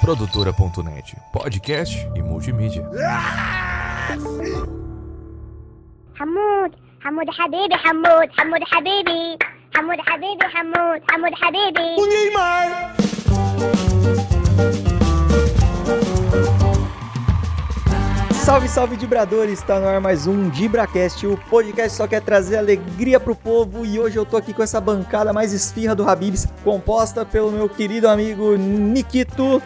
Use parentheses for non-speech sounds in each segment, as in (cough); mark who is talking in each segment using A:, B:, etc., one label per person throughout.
A: Produtora.net, podcast e multimídia.
B: حمود حمود حبيبي حمود حمود حبيبي حمود حبيبي حمود حمود حبيبي
C: Salve, salve, Dibradores! Está no ar mais um DibraCast, o podcast só quer trazer alegria pro povo e hoje eu tô aqui com essa bancada mais esfirra do Habibs, composta pelo meu querido amigo Nikito.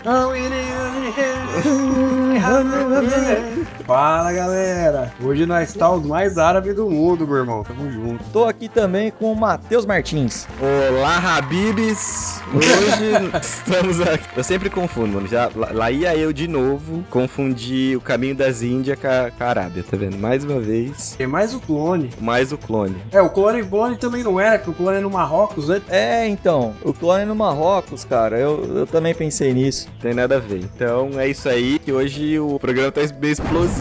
D: Fala galera! Hoje nós tá os mais árabes do mundo, meu irmão. Tamo junto.
C: Tô aqui também com o Matheus Martins.
E: Olá, Habibs! (laughs) Hoje estamos aqui. Eu sempre confundo, mano. Já, lá, lá ia eu de novo confundi o caminho das Índias com a, com a Arábia, tá vendo? Mais uma vez,
D: Tem mais o clone.
E: mais o clone.
D: É, o clone Boni também não era, porque o clone é no Marrocos, né?
C: É, então, o clone no Marrocos, cara, eu, eu também pensei nisso.
E: Tem nada a ver. Então é isso aí. E hoje o programa tá meio explosivo.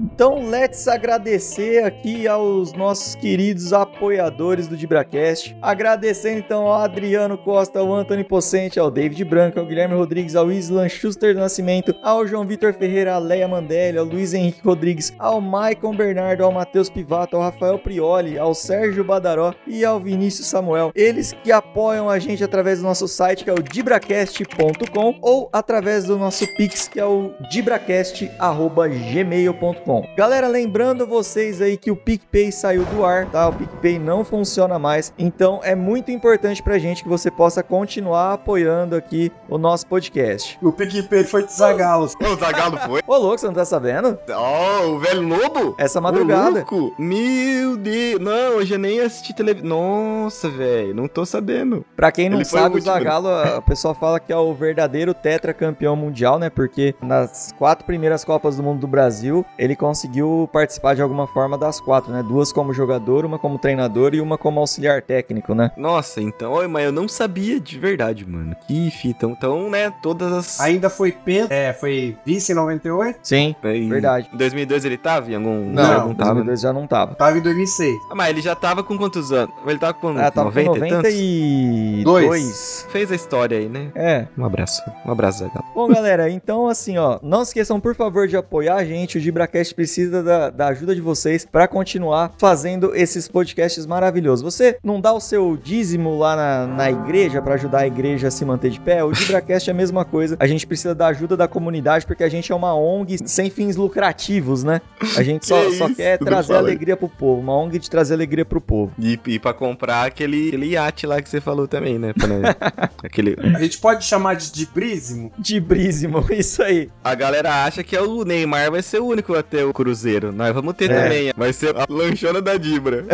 C: Então, let's agradecer aqui aos nossos queridos apoiadores do DibraCast. Agradecendo então ao Adriano Costa, ao Anthony Pocente, ao David Branco, ao Guilherme Rodrigues, ao Islan Schuster do Nascimento, ao João Vitor Ferreira, à Leia Mandelli, ao Luiz Henrique Rodrigues, ao Maicon Bernardo, ao Matheus Pivato, ao Rafael Prioli, ao Sérgio Badaró e ao Vinícius Samuel. Eles que apoiam a gente através do nosso site, que é o dibracast.com, ou através do nosso Pix, que é o dibracast.gmail.com. Galera, lembrando vocês aí que o PicPay saiu do ar, tá? O PicPay não funciona mais, então é muito importante pra gente que você possa continuar apoiando aqui o nosso podcast.
D: o PicPay foi de Zagalos.
E: (laughs) o Zagalo foi?
C: Ô, louco, você não tá sabendo?
E: Ó, o velho lobo?
C: Essa madrugada.
E: Ô, louco. Meu Deus! Não, hoje eu nem assisti televisão. Nossa, velho, não tô sabendo.
C: Pra quem não
E: Ele foi o
C: sabe, o
E: último.
C: Zagallo,
E: (laughs)
C: a pessoa fala que é o verdadeiro tetracampeão mundial, né? Porque nas quatro primeiras Copas do Mundo do Brasil, ele conseguiu participar de alguma forma das quatro, né? Duas como jogador, uma como treinador e uma como auxiliar técnico, né?
E: Nossa, então, Oi, mas eu não sabia de verdade, mano. Que fita. Então, né, todas as.
D: Ainda foi penta. É, foi vice em 98.
C: Sim.
E: Em-
C: verdade.
E: Em 2002 ele tava em algum.
C: Não,
D: Não,
C: em
E: tava.
C: 2002 já não tava.
D: Tava em 2006.
E: Ah, mas ele já tava com quantos anos? Ele tava com
C: Ah, tava
E: 90
C: com
E: e tantos?
C: 92.
E: Fez a história aí, né?
C: É,
E: Um abraço. Um abraço, Zagal.
C: Bom, galera, então assim, ó, não se esqueçam, por favor, de apoiar a gente. O Dibracast precisa da, da ajuda de vocês pra continuar fazendo esses podcasts maravilhosos. Você não dá o seu dízimo lá na, na igreja pra ajudar a igreja a se manter de pé? O Dibracast é a mesma coisa. A gente precisa da ajuda da comunidade porque a gente é uma ONG sem fins lucrativos, né? A gente só,
E: Que
C: só
E: isso,
C: quer
E: não
C: trazer
E: fala aí.
C: alegria pro povo, uma ONG de trazer alegria pro povo.
E: E, e pra comprar aquele, aquele iate lá que você falou também, né? (laughs) Pra- aquele.
D: A gente pode chamar de, de prismo?
C: Dibrismo, (laughs) isso aí.
E: A galera acha que é o Neymar vai ser o único até o Cruzeiro. Nós vamos ter
C: É.
E: também. Vai ser a lanchona da
C: (laughs)
E: Dibra.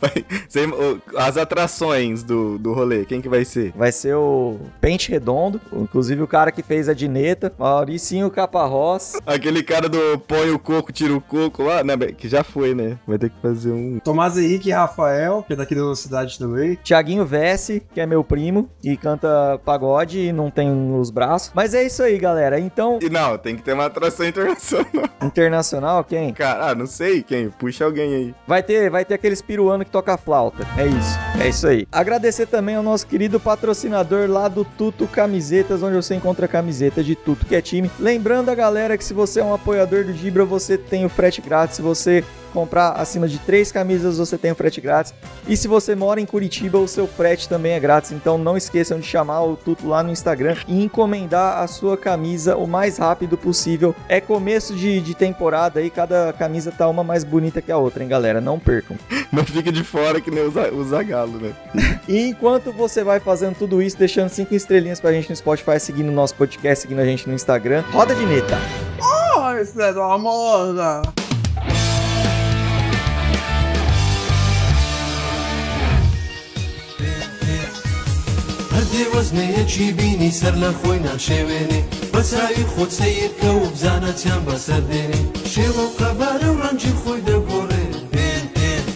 E: Vai- sem- o- As atrações do, do rolê, quem que vai ser?
C: Vai ser o Pente Redondo, inclusive o cara que fez a dineta, Mauricinho Caparrós.
E: Aquele cara do põe o coco, tira o coco lá, né? Que já foi, né? Vai ter que fazer um.
D: Tomás Henrique e Rafael, que é daqui da nossa cidade também.
C: Tiaguinho Vesse, que é meu primo, que canta pagode e não tem os braços. Mas é isso aí, galera. Então,
E: E não, tem que ter uma atração internacional. (laughs)
C: internacional, quem?
E: Cara, ah, não sei quem. Puxa alguém aí. (laughs)
C: Vai ter, vai ter aqueles peruanos que toca flauta. É isso. É isso aí. Agradecer também ao nosso querido patrocinador lá do Tuto Camisetas, onde você encontra camiseta de tudo que é time. Lembrando a galera que se você é um apoiador do Dibra, você tem o frete grátis. Se você comprar acima de três camisas, você tem o frete grátis. E se você mora em Curitiba, o seu frete também é grátis. Então não esqueçam de chamar o Tuto lá no Instagram e encomendar a sua camisa o mais rápido possível. É começo de, de temporada aí, cada camisa tá uma mais bonita que a outra, hein, galera? Não percam.
E: Não fica de fora que nem o Za- o Zagalo, né?
C: E enquanto você vai fazendo tudo isso, deixando cinco estrelinhas pra gente no Spotify, seguindo o nosso podcast, seguindo a gente no Instagram, roda a vinheta.
D: Oh, isso é uma moda!
F: هەردێ وەزنەیە چی بینی سەر لە خۆی ناشێوێنێ بەساوی خۆت سیر کە و بزانە چیان بەسەر دێنێ شێوە و قەبارە و ڕەنجی خۆی دەگۆڕێ هێن، هێن.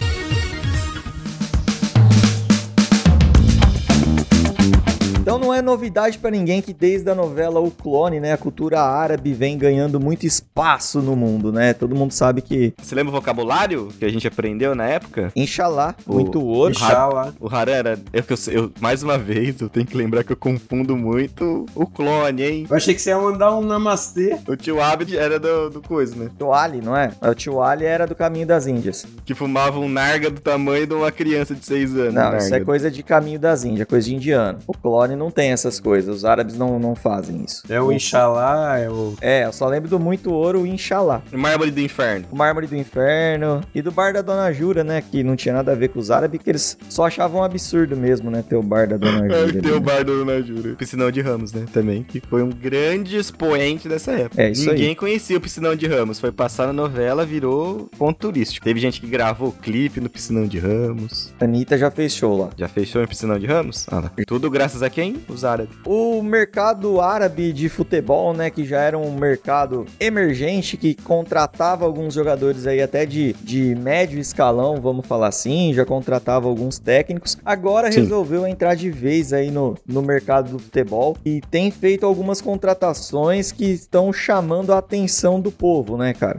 C: Então não é novidade pra ninguém que desde a novela O Clone, né, a cultura árabe vem ganhando muito espaço no mundo, né? Todo mundo sabe que,
E: Você lembra o vocabulário que a gente aprendeu na época?
C: inshallah,
E: O-
C: muito ouro.
D: Inxalá.
E: O Haran era. Eu, eu- eu- mais uma vez, eu tenho que lembrar que eu confundo muito o clone, hein?
D: Eu achei que você ia mandar um namastê.
E: O tio Abed era do, do coisa, né?
C: O Ali, não é? O tio Ali era do caminho das Índias.
E: Que fumava um narga do tamanho de uma criança de 6 anos. um
C: Não,
E: narga.
C: isso é coisa de caminho das Índias, coisa de indiano. O clone não tem essas coisas, os árabes não, não fazem isso.
D: É o Inxalá, é o.
C: É, eu só lembro do muito ouro, inshallah.
E: Mármore do Inferno.
C: O Mármore do Inferno e do Bar da Dona Jura, né? Que não tinha nada a ver com os árabes, que eles só achavam um absurdo mesmo, né? Ter o Bar da
E: (laughs)
C: Dona Jura.
E: Ai,
C: ali,
E: tem É, o
C: né?
E: bar da Dona Jura. Piscinão de Ramos, né? Também. Que foi um grande expoente dessa época.
C: É, isso aí.
E: Ninguém conhecia o Piscinão de Ramos. Foi passar na novela, virou ponto turístico. Teve gente que gravou clipe no Piscinão de Ramos.
C: A Anitta já fez show lá.
E: Já fechou em Piscinão de Ramos? Ah, lá. Tudo graças a quem? Os árabes.
C: O mercado árabe de futebol, né, que já era um mercado emergente, que contratava alguns jogadores aí até de, de médio escalão, vamos falar assim, já contratava alguns técnicos, agora
E: Sim.
C: resolveu entrar de vez aí no, no mercado do futebol e tem feito algumas contratações que estão chamando a atenção do povo, né, cara?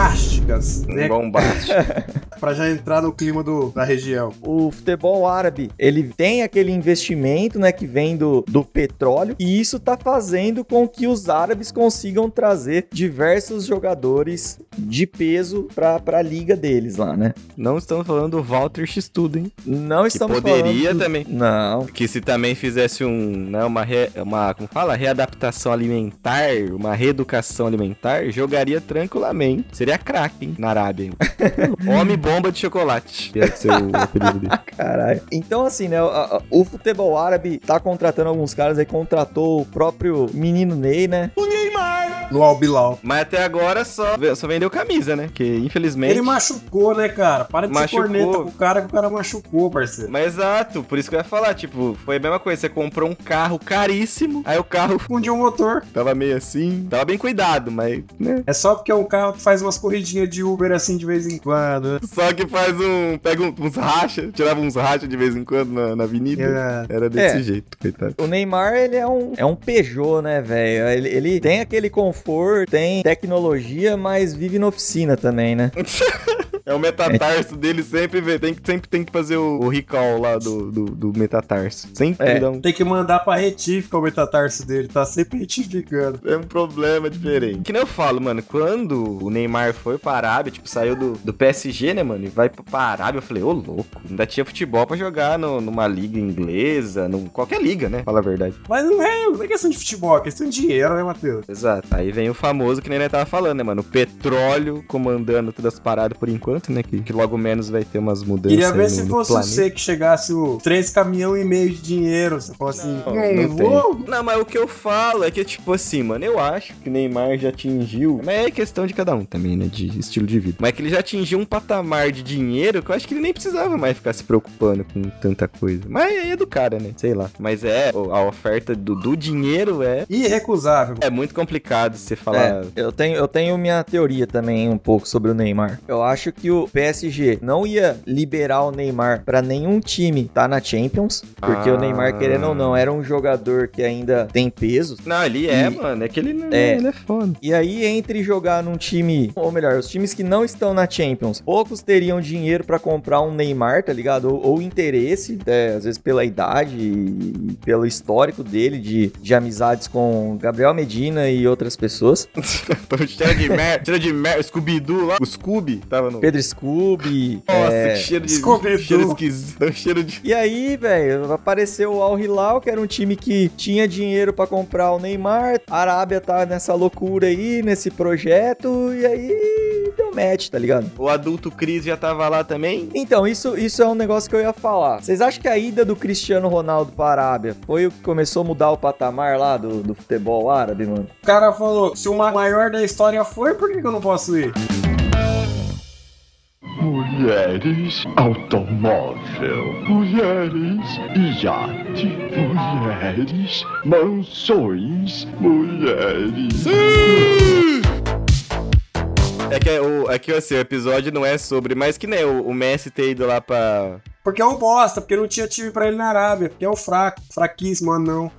D: Bombásticas,
C: (laughs)
D: né?
E: Bombate.
D: Pra já entrar no clima do, da região.
C: o futebol árabe, ele tem aquele investimento, né, que vem do, do petróleo, e isso tá fazendo com que os árabes consigam trazer diversos jogadores de peso pra, pra liga deles lá, né?
E: Não estamos falando do Walter X-Tudo, hein?
C: Não
E: Que
C: estamos
E: poderia
C: falando...
E: também.
C: Não.
E: Que se também fizesse um, né, uma, re- uma, como fala, readaptação alimentar, uma reeducação alimentar, jogaria tranquilamente. Seria craque, hein, na Arábia. (laughs) hein? Homem bomba de chocolate. Ia ser o apelido dele.
C: Caralho. Então, assim, né? a- a- O futebol árabe tá contratando alguns caras aí, contratou o próprio menino Ney, né?
D: No Albilau.
E: (laughs) Mas até agora só, só vendeu camisa, né? Que infelizmente...
D: Ele machucou, né, cara? Para de
E: Machucou.
D: ser corneta com o cara que o cara machucou, parceiro.
E: Mas exato, por isso que eu ia falar, tipo, foi a mesma coisa, você comprou um carro caríssimo, aí o carro (laughs)
D: Fundiu o motor.
E: tava meio assim, tava bem cuidado, mas, né?
D: É só porque é um carro que faz umas corridinhas de Uber assim de vez em quando. né?
E: Só que faz um, pega um- uns racha, tirava uns racha de vez em quando na, na avenida.
D: É,
E: Era desse
C: É.
E: jeito, coitado.
C: O Neymar, ele é um, é um Peugeot, né, velho? Ele, ele tem aquele conforto, tem tecnologia, mas vive na oficina também, né?
E: É o metatarso dele sempre, vê, tem que, sempre tem que fazer o, o recall lá do, do, do metatarso. Sempre
C: É.
E: dá um,
D: Tem que mandar pra retífica o metatarso dele, tá sempre retificando.
E: é um problema diferente. Que nem eu falo, mano, quando o Neymar foi pra Arábia, tipo, saiu do, do PSG, né, mano, e vai pra, pra Arábia, eu falei, ô louco, ainda tinha futebol pra jogar no- numa liga inglesa, num, qualquer liga, né, fala a verdade.
D: Mas não é, não é questão de futebol, é questão de dinheiro, né, Matheus?
E: Exato. Aí vem o famoso que nem nós tava falando, né, mano? O petróleo comandando todas as paradas por enquanto, né? Que, que logo menos vai ter umas mudanças.
D: Queria
E: aí
D: ver
E: no-
D: se
E: no
D: fosse
E: planeta.
D: você que chegasse o três caminhão e meio de dinheiro. Você falou assim,
E: Não,
D: "Hum,
E: não tem.
D: vou."
E: Não, mas o que eu falo é que, tipo assim, mano, eu acho que Neymar já atingiu. Mas é questão de cada um também, né? De estilo de vida. Mas que ele já atingiu um patamar de dinheiro que eu acho que ele nem precisava mais ficar se preocupando com tanta coisa. Mas é do cara, né? Sei lá. Mas é, a oferta do, do dinheiro é.
D: Irrecusável.
E: É muito complicado você
C: É,
E: falar.
C: eu tenho, eu tenho minha teoria também um pouco sobre o Neymar. Eu acho que o PSG não ia liberar o Neymar pra nenhum time tá na Champions, porque
E: Ah.
C: o Neymar, querendo ou não, era um jogador que ainda tem peso.
E: Não, ele é,
C: E-
E: mano. É que ele não
C: É.
E: ele é foda. (laughs)
C: E aí, entre jogar num time, ou melhor, os times que não estão na Champions, poucos teriam dinheiro pra comprar um Neymar, tá ligado? Ou, ou interesse, é, às vezes pela idade e pelo histórico dele de, de amizades com Gabriel Medina e outras pessoas.
E: Tava cheiro de merda, cheiro de merda, Scooby-Doo lá. O Scooby tava no...
C: Pedro Scooby.
E: Nossa,
C: é,
E: que cheiro de...
D: Scooby-Doo.
E: Cheiro esquisito, (laughs) um cheiro de...
C: E aí, velho, apareceu o Al Hilal, que era um time que tinha dinheiro pra comprar o Neymar. A Arábia tá nessa loucura aí, nesse projeto, e aí deu match, tá ligado?
E: O adulto Cris já tava lá também?
C: Então, isso, isso é um negócio que eu ia falar. Vocês acham que a ida do Cristiano Ronaldo pra Arábia foi o que começou a mudar o patamar lá do, do futebol árabe, mano?
D: O cara falou, se o ma- maior da história foi, por que, que eu não posso ir?
G: Mulheres, automóvel, mulheres, iate, mulheres, mansões, mulheres.
E: (laughs) É que, é o, é que assim, o episódio não é sobre... Mas que nem o, o Messi ter ido lá pra,
D: Porque é um bosta, porque não tinha time pra ele na Arábia, porque é um fraco, fraquíssimo, anão.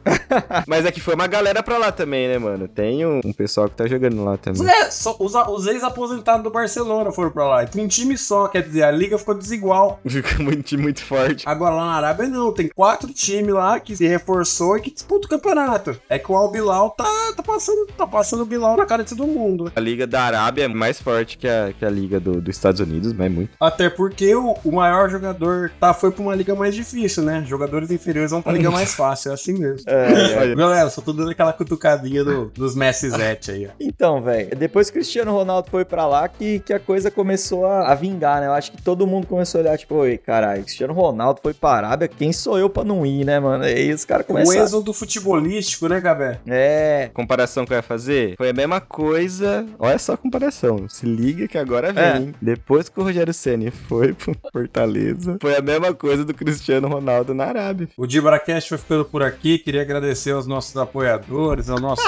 E: Mas é que foi uma galera pra lá também, né, mano? Tem um, um pessoal que tá jogando lá também.
D: É, só os, a- os ex-aposentados do Barcelona foram pra lá. E tem um time só, quer dizer, a liga ficou desigual.
E: Fica muito, muito forte.
D: Agora lá na Arábia não, tem quatro times lá que se reforçou e que disputa o campeonato. É que o Al Bilal tá, tá passando, tá passando o Bilal na cara de todo mundo.
E: A Liga da Arábia é mais forte que a, que a Liga do- dos Estados Unidos, mas muito.
D: Até porque o, o maior jogador tá foi pra uma liga mais difícil, né? Jogadores inferiores vão pra liga mais fácil, é assim mesmo. Galera, só tô dando aquela cutucadinha do- dos Messi Zete aí, ó.
C: Então, velho, depois que o Cristiano Ronaldo foi pra lá, que, que a coisa começou a, a vingar, né? Eu acho que todo mundo começou a olhar, tipo, oi, caralho, Cristiano Ronaldo foi pra Arábia, quem sou eu pra não ir, né, mano? E aí os caras
D: O
C: começaram...
D: êxodo futebolístico, né, Gabé?
C: É,
E: Comparação que eu ia fazer foi a mesma coisa. Olha só a comparação. Se liga que agora
C: É.
E: vem. Depois que o Rogério Ceni foi pro Fortaleza, foi a mesma coisa do Cristiano Ronaldo na Arábia.
D: O DibraCast foi ficando por aqui. Queria agradecer aos nossos apoiadores, aos nossos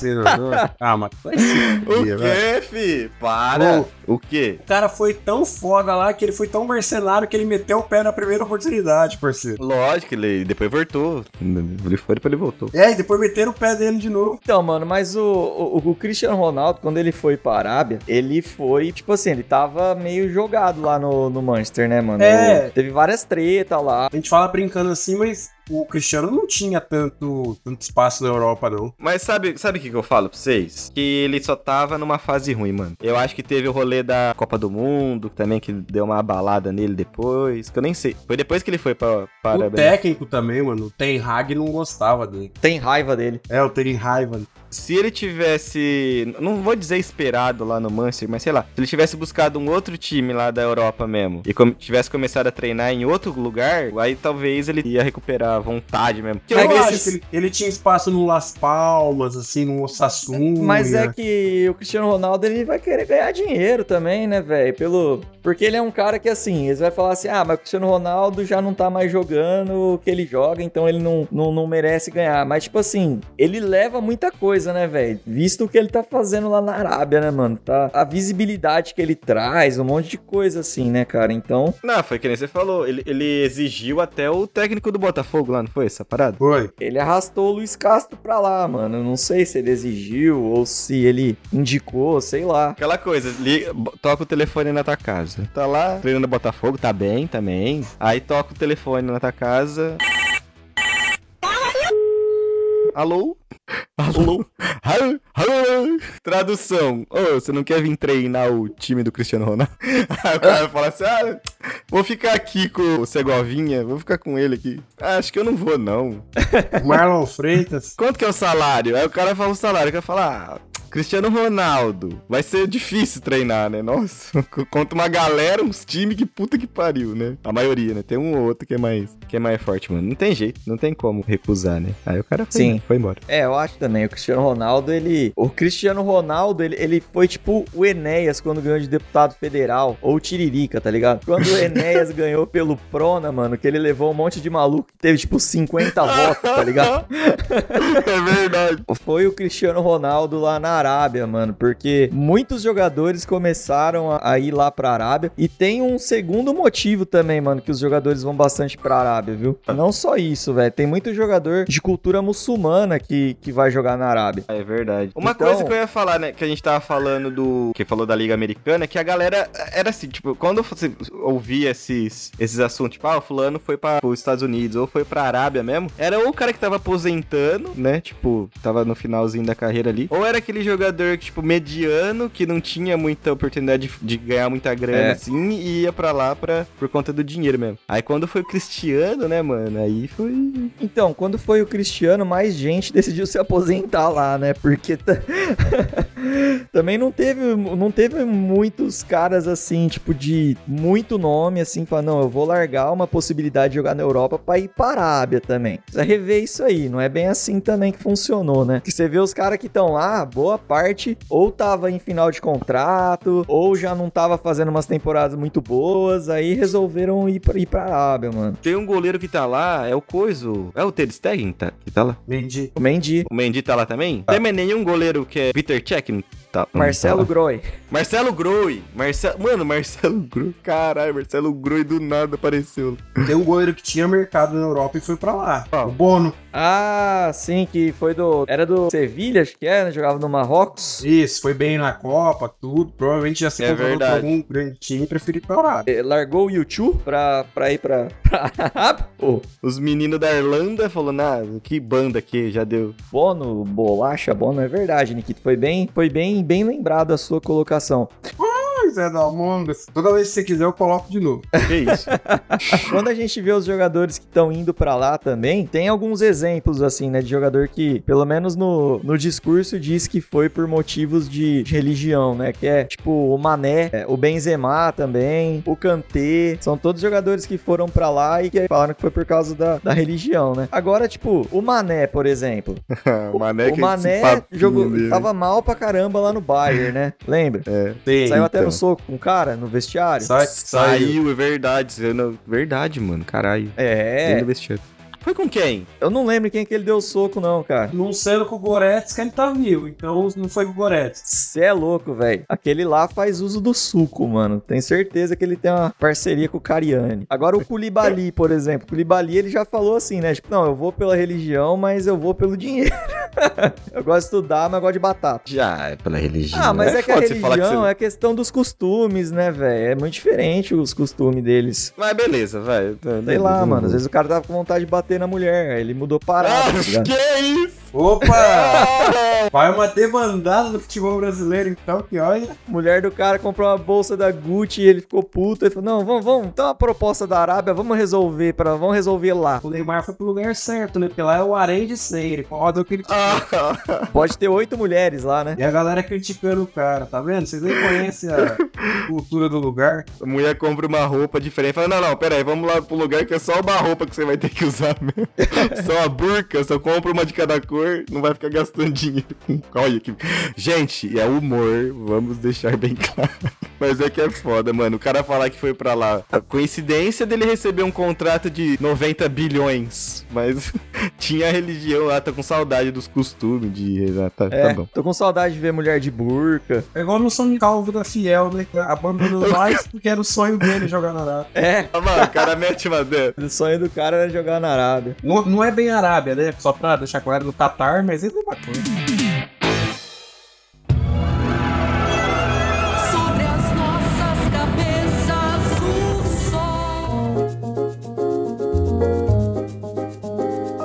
D: patrocinadores. ah, mas foi esse
E: O
D: dia, vai.
E: quê, fi? Para!
D: Bom.
E: O quê?
D: O cara foi tão foda lá que ele foi tão mercenário que ele meteu o pé na primeira oportunidade, parceiro.
E: Lógico, ele depois voltou. Ele foi, depois ele voltou.
D: É, e depois meteram o pé dele de novo.
C: Então, mano, mas o, o, o Cristiano Ronaldo, quando ele foi pra Arábia, ele foi, tipo assim, ele tava meio jogado lá no, no Manchester, né, mano?
D: É.
C: Teve várias tretas lá.
D: A gente fala brincando assim, mas o Cristiano não tinha tanto, tanto espaço na Europa, não.
E: Mas sabe sabe o que, que eu falo pra vocês? Que ele só tava numa fase ruim, mano. Eu acho que teve o rolê da Copa do Mundo, também que deu uma abalada nele depois, que eu nem sei. Foi depois que ele foi pra, para...
D: o técnico também, mano. O Ten Hag não gostava dele.
C: Tem raiva dele.
D: É, o Ten Raiva.
E: Se ele tivesse, não vou dizer esperado lá no Manchester, mas sei lá, se ele tivesse buscado um outro time lá da Europa mesmo e come- tivesse começado a treinar em outro lugar, aí talvez ele ia recuperar a vontade mesmo.
D: Eu
C: Mas
D: acho
C: esses-
D: que ele, ele tinha espaço no Las Palmas, assim, no Osasuna.
C: Mas é que o Cristiano Ronaldo, ele vai querer ganhar dinheiro também, né, velho? Pelo... Porque ele é um cara que, assim, eles vão falar assim, ah, mas o Cristiano Ronaldo já não tá mais jogando o que ele joga, então ele não, não, não merece ganhar. Mas, tipo assim, ele leva muita coisa, né, velho? Visto o que ele tá fazendo lá na Arábia, né, mano? Tá... A visibilidade que ele traz, um monte de coisa assim, né, cara? Então,
E: Não, foi que nem você falou, ele, ele exigiu até o técnico do Botafogo lá, não foi essa parada?
D: Foi.
C: ele arrastou o Luiz Castro pra lá, mano. Eu não sei se ele exigiu ou se ele indicou, sei lá.
E: Aquela coisa, liga, bo- toca o telefone na tua casa. Tá lá treinando Botafogo, tá bem também. Aí toca o telefone na tua casa. Alô? Alô? Alô? Alô? Tradução. Ô, você não quer vir treinar o time do Cristiano Ronaldo? (laughs) Aí o cara fala assim: ah, vou ficar aqui com é o Segovinha, vou ficar com ele aqui. Ah, acho que eu não vou, não.
D: Marlon Freitas.
E: Quanto que é o salário? Aí o cara fala o salário, o cara fala, ah, Cristiano Ronaldo, vai ser difícil treinar, né? Nossa, (laughs) conta uma galera, uns times que puta que pariu, né? A maioria, né? Tem um ou outro que é mais, que é mais forte, mano. Não tem jeito, não tem como recusar, né? Aí o cara foi,
C: Sim.
E: foi embora.
C: É, eu acho também. O Cristiano Ronaldo, ele. O Cristiano Ronaldo, ele, ele foi tipo o Enéas quando ganhou de deputado federal. Ou o Tiririca, tá ligado? Quando o Enéas ganhou pelo Prona, mano, que ele levou um monte de maluco que teve tipo 50 votos, tá ligado?
E: (laughs) é verdade.
C: Foi o Cristiano Ronaldo lá na Arábia, mano. Porque muitos jogadores começaram a, a ir lá pra Arábia. E tem um segundo motivo também, mano, que os jogadores vão bastante pra Arábia, viu? Não só isso, velho. Tem muito jogador de cultura muçulmana que, que vai jogar na Arábia.
E: É verdade. Uma
C: Então-
E: coisa que eu ia falar, né? Que a gente tava falando do. Que falou da Liga Americana, é que a galera era assim, tipo, quando você ouvia esses, esses assuntos, tipo, ah, o fulano foi para os Estados Unidos ou foi pra Arábia mesmo, era ou o cara que tava aposentando, né? Tipo, tava no finalzinho da carreira ali, ou era aquele jogador, tipo, mediano, que não tinha muita oportunidade de, de ganhar muita grana,
C: É.
E: assim, e ia pra lá pra, por conta do dinheiro mesmo. Aí quando foi o Cristiano, né, mano? Aí foi.
C: Então, quando foi o Cristiano, mais gente decidiu se aposentar lá, né? Porque ta- (laughs) também não teve, não teve muitos caras assim, tipo, de muito nome, assim, falar, não, eu vou largar uma possibilidade de jogar na Europa pra ir pra Arábia também. Precisa rever isso aí, não é bem assim também que funcionou, né? Que você vê os caras que estão lá, boa parte, ou tava em final de contrato, ou já não tava fazendo umas temporadas muito boas, aí resolveram ir pra, ir pra Arábia, mano.
E: Tem um goleiro que tá lá, é o Coiso. É o Ter Stegen tá, que tá lá?
D: Vendi.
C: O Mendy
E: Tá. O Mendy tá lá também? Também nenhum goleiro que é Peter Cech, não Tá, não
C: Marcelo
E: tá.
C: Groy.
E: Marcelo Groi. Marcelo... Mano, Marcelo Groi. Caralho, Marcelo Groi do nada apareceu.
D: Tem um goleiro que tinha mercado na Europa e foi pra lá.
E: Qual?
D: O Bono.
C: Ah, sim, que foi do. Era do Sevilha, acho que era, né? Jogava no Marrocos.
D: Isso, foi bem na Copa, tudo. Provavelmente já se
E: É
D: contratou
E: verdade.
D: algum grande time e preferiu ir pra lá.
C: Eh, Largou o YouTube pra, pra ir pra. (laughs) pra Arábia. Ô,
E: Os meninos da Irlanda falando, ah, que banda que já deu.
C: Bono, bolacha, Bono, é verdade, Nikito. Foi bem, foi bem, bem lembrado a sua colocação.
D: Pois é, da Among Us. Toda vez que você quiser, eu coloco de novo.
E: Que (laughs) isso?
C: Quando a gente vê os jogadores que estão indo pra lá também, tem alguns exemplos, assim, né, de jogador que, pelo menos no, no discurso, diz que foi por motivos de de religião, né, que é, tipo, o Mané, é, o Benzema também, o Kanté, são todos jogadores que foram pra lá e que falaram que foi por causa da, da religião, né. Agora, tipo, o Mané, por exemplo,
E: Ah, o Mané,
C: o Mané jogou,
E: né?
C: tava mal pra caramba lá no Bayern, né, lembra?
D: Tem.
C: Saiu até
E: então.
C: no soco com um cara, no vestiário.
D: Sai, saiu.
E: Saiu, é verdade. saiu na- Verdade, mano, caralho.
C: É,
E: Dentro do vestiário. Foi com quem?
C: eu não lembro quem é que ele deu o soco não, cara.
D: Não sendo com o Goretzka, ele tá vivo. Então não foi com o Goretzka.
C: Cê é louco, velho. Aquele lá faz uso do suco, mano. Tenho certeza que ele tem uma parceria com o Cariani. Agora o Culibali, por exemplo. O Culibali, ele já falou assim, né? Tipo, não, eu vou pela religião, mas eu vou pelo dinheiro. (laughs) eu gosto de estudar, mas eu gosto de batata.
E: Já, é pela religião.
C: Ah, mas é, que a
E: foda você falar
C: religião
E: você-
C: é questão dos costumes, né, velho? É muito diferente os costumes deles.
E: Mas beleza, vai. Tá,
C: Sei
E: beleza,
C: lá,
E: não
C: mano. Às
E: vou.
C: vezes o cara tava com vontade de bater na mulher. aí Ele mudou parada. tá
E: Ah,
C: ligado?
E: que isso?
D: Opa! Vai uma demandada do futebol brasileiro, então, que olha.
C: mulher do cara comprou uma bolsa da Gucci e ele ficou puto. Ele falou: Não, vamos, vamos, então a proposta da Arábia, vamos resolver, pra, vamos resolver lá.
D: O Neymar foi pro lugar certo, né? Porque lá é o Arém de Seire. Roda aquele
E: Ah,
C: Pode ter oito mulheres lá, né?
D: E a galera criticando o cara, tá vendo? Vocês nem conhecem a cultura do lugar.
E: a mulher compra uma roupa diferente. Fala, não, não, pera aí, vamos lá pro lugar que é só uma roupa que você vai ter que usar mesmo. só a burca, só compra uma de cada cor, não vai ficar gastando dinheiro. Olha que. Gente, é humor, vamos deixar bem claro. (laughs) Mas é que é foda, mano. O cara falar que foi pra lá. A coincidência dele receber um contrato de 90 bilhões. Mas (laughs) tinha a religião lá, tá com saudade dos costumes de. Ah, tá, tá
C: É,
E: bom.
C: tô com saudade de ver mulher de burca.
D: É igual no São Calvo da Fiel, né? Que Abandonou nós porque era o sonho dele jogar na Arábia.
C: É,
E: Ah, mano, o cara mete uma dessa.
C: o sonho do cara era jogar na Arábia.
D: Não, não é bem Arábia, né? Só pra deixar claro no Catar, mas é uma coisa.
H: Sobre as nossas cabeças, o sol.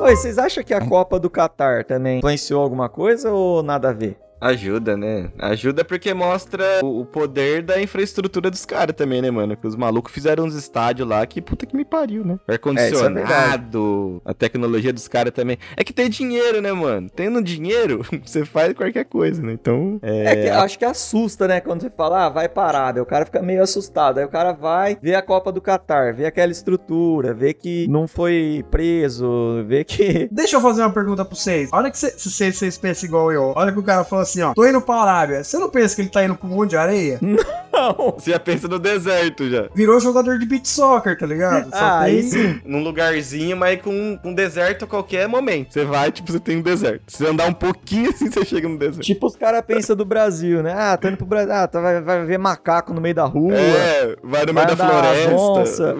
C: Oi, vocês acham que a Copa do Catar também influenciou alguma coisa ou nada a ver?
E: Ajuda, né? Ajuda porque mostra o o poder da infraestrutura dos caras também, né, mano? Que os malucos fizeram uns estádios lá que puta que me pariu, né? Ar-condicionado, a tecnologia dos caras também. É que tem dinheiro, né, mano? Tendo dinheiro, (laughs) você faz qualquer coisa, né? Então, é...
C: É, que acho que assusta, né? Quando você fala, ah, vai parar, daí o cara fica meio assustado. Aí o cara vai ver a Copa do Catar, vê aquela estrutura, vê que não foi preso, vê que (laughs)
D: Deixa eu fazer uma pergunta pra vocês. Olha que cê- se vocês vocês pensam igual eu. Olha que o cara falou assim, ó. Tô indo pra Arábia. Você não pensa que ele tá indo pro monte de areia?
C: Não.
E: Você já pensa no deserto já.
D: Virou jogador de beat soccer, tá ligado? Só
C: Ah,
D: tem-
C: aí sim.
E: Num lugarzinho, mas com com um deserto a qualquer momento. Você vai, tipo, você tem um deserto. Se você andar um pouquinho (laughs) assim, você chega no deserto.
C: Tipo, os caras pensam do Brasil, né? Ah, tá indo pro Brasil. Ah, tá, vai, vai ver macaco no meio da rua.
E: É, vai no meio
C: vai
E: da
C: andar
E: floresta.
C: onça.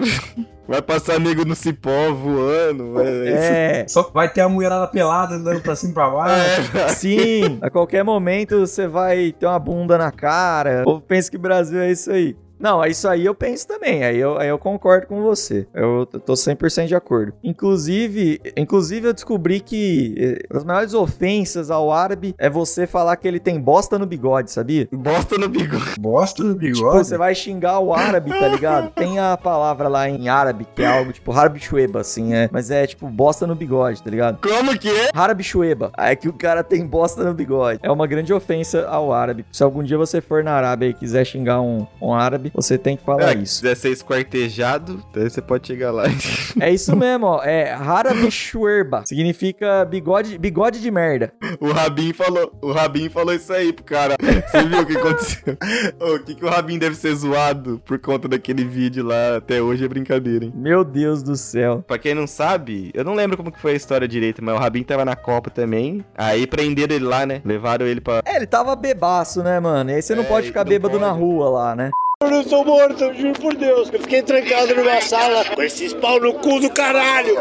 E: Vai passar nego no cipó voando. É.
C: É,
D: Só vai ter a mulherada pelada andando pra cima e pra baixo.
C: sim. A qualquer momento você vai ter uma bunda na cara. O povo pensa que Brasil é isso aí. Não, é isso aí eu penso também. Aí eu, aí eu concordo com você. Eu t- tô 100% de acordo. Inclusive, inclusive eu descobri que eh, as maiores ofensas ao árabe é você falar que ele tem bosta no bigode, sabia?
E: Bosta no bigode.
D: Bosta do
C: Tipo, você vai xingar o árabe, tá
E: (laughs)
C: ligado? Tem a palavra lá em árabe que é algo tipo harabichueba, assim, é. Mas é tipo bosta no bigode, tá ligado?
E: Como que é?
C: Harabichueba. Ah, É que o cara tem bosta no bigode. É uma grande ofensa ao árabe. Se algum dia você for na Arábia e quiser xingar um, um árabe, você tem que falar
E: É, Se
C: isso.
E: quiser ser esquartejado, daí você pode chegar lá. (laughs)
C: É isso mesmo, ó. É rara bichuerba. Significa bigode, bigode de merda.
E: O Rabin falou, o Rabin falou isso aí pro cara. Você viu o que aconteceu? (laughs) Ô, O que, que o Rabin deve ser zoado por conta daquele vídeo lá? Até hoje é brincadeira, hein?
C: Meu Deus do céu.
E: Pra quem não sabe, eu não lembro como que foi a história direito, mas o Rabin tava na Copa também. Aí prenderam ele lá, né? Levaram ele pra.
C: É, ele tava bebaço, né, mano? E aí você não
E: É,
C: pode
E: e
C: ficar
E: não
C: bêbado na
E: pode.
C: rua lá, né?
I: Eu não sou morto, eu juro por Deus. Eu fiquei trancado numa sala com esses pau no cu do caralho.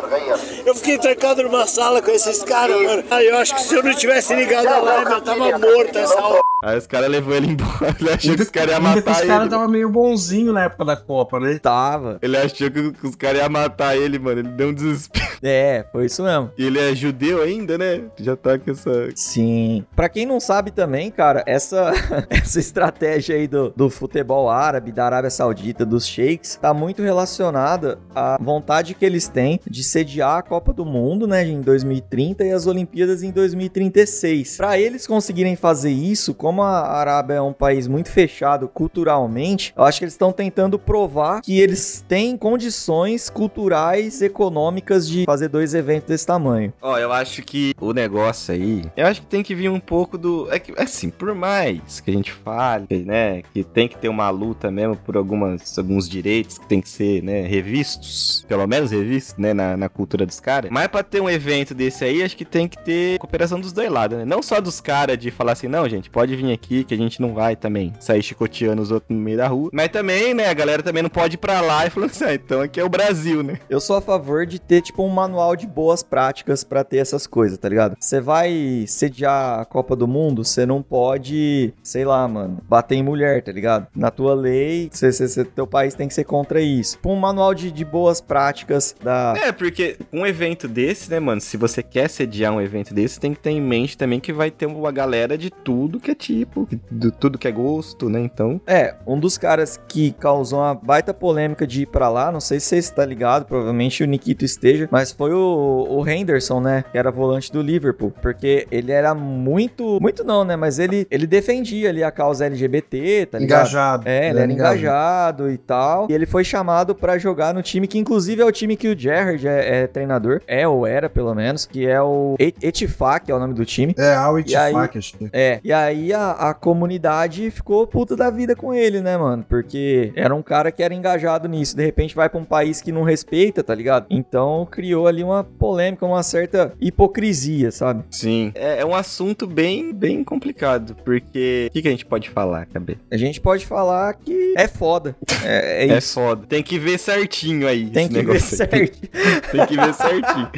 I: Eu fiquei trancado numa sala com esses caras, mano. Aí eu acho que se eu não tivesse ligado a live, eu tava morto essa hora.
E: Aí os caras levou ele (laughs) embora. Ele achou que os caras iam
D: Ainda que
E: matar
D: os
E: ele.
D: caras estavam meio bonzinho na época da Copa, né?
C: Tá Tava.
E: Ele achou que que os caras iam matar ele, mano. Ele deu um desespero.
C: É, foi isso mesmo.
E: E ele é judeu ainda, né? Já tá com essa.
C: Sim. Pra quem não sabe também, cara, essa, (laughs) essa estratégia aí do, do futebol árabe, da Arábia Saudita, dos sheiks, tá muito relacionada à vontade que eles têm de sediar a Copa do Mundo, né, em 2030 e as Olimpíadas em 2036. Pra eles conseguirem fazer isso, como a Arábia é um país muito fechado culturalmente, eu acho que eles estão tentando provar que eles têm condições culturais, econômicas de fazer dois eventos desse tamanho.
E: Ó, eu acho que o negócio aí, eu acho que tem que vir um pouco do. É que, assim, por mais que a gente fale, né, que tem que ter uma luta mesmo por algumas, alguns direitos que tem que ser, né, revistos, pelo menos revistos, né, na, na cultura dos caras. Mas pra ter um evento desse aí, acho que tem que ter cooperação dos dois lados, né? Não só dos caras de falar assim, não, gente, pode vir aqui que a gente não vai também sair chicoteando os outros no meio da rua. Mas também, né, a galera também não pode ir pra lá e falando assim, ah, então aqui é o Brasil, né?
C: Eu sou a favor de ter, tipo, um manual de boas práticas pra ter essas coisas, tá ligado? Você vai sediar a Copa do Mundo, você não pode, sei lá, mano, bater em mulher, tá ligado? Na tua lei, cê, cê- cê- teu país tem que ser contra isso. Tipo, um manual de, de boas práticas da.
E: É, porque um evento desse, né, mano? Se você quer sediar um evento desse, tem que ter em mente também que vai ter uma galera de tudo que é tipo, de tudo que é gosto, né? Então.
C: É, um dos caras que causou uma baita polêmica de ir pra lá, não sei se você está ligado, provavelmente o Nikito esteja, mas foi o, o Henderson, né? Que era volante do Liverpool, porque ele era muito. Muito não, né? Mas ele, ele defendia ali a causa LGBT, tá ligado?
D: Engajado.
C: É, ele
D: né?
C: era engajado e tal. E ele foi chamado pra jogar no time que, inclusive, é o time que o Gerrard é, é treinador. É, ou era, pelo menos. Que é o E- Etifá, que é o nome do time.
D: É, ao
C: E aí-
D: Itifak, acho que.
C: É, e aí a, a comunidade ficou puta da vida com ele, né, mano? Porque era um cara que era engajado nisso. De repente vai pra um país que não respeita, tá ligado? Então criou ali uma polêmica, uma certa hipocrisia, sabe?
E: Sim. É, é um assunto bem, bem complicado, porque. O que, que a gente pode falar, Cabê?
C: A gente pode falar que é foda. É, é
E: É,
C: isso.
E: foda. Tem que ver certinho aí.
C: Tem
E: esse
C: que ver
E: negócio aí.
C: certo.
E: Tem que ver certinho.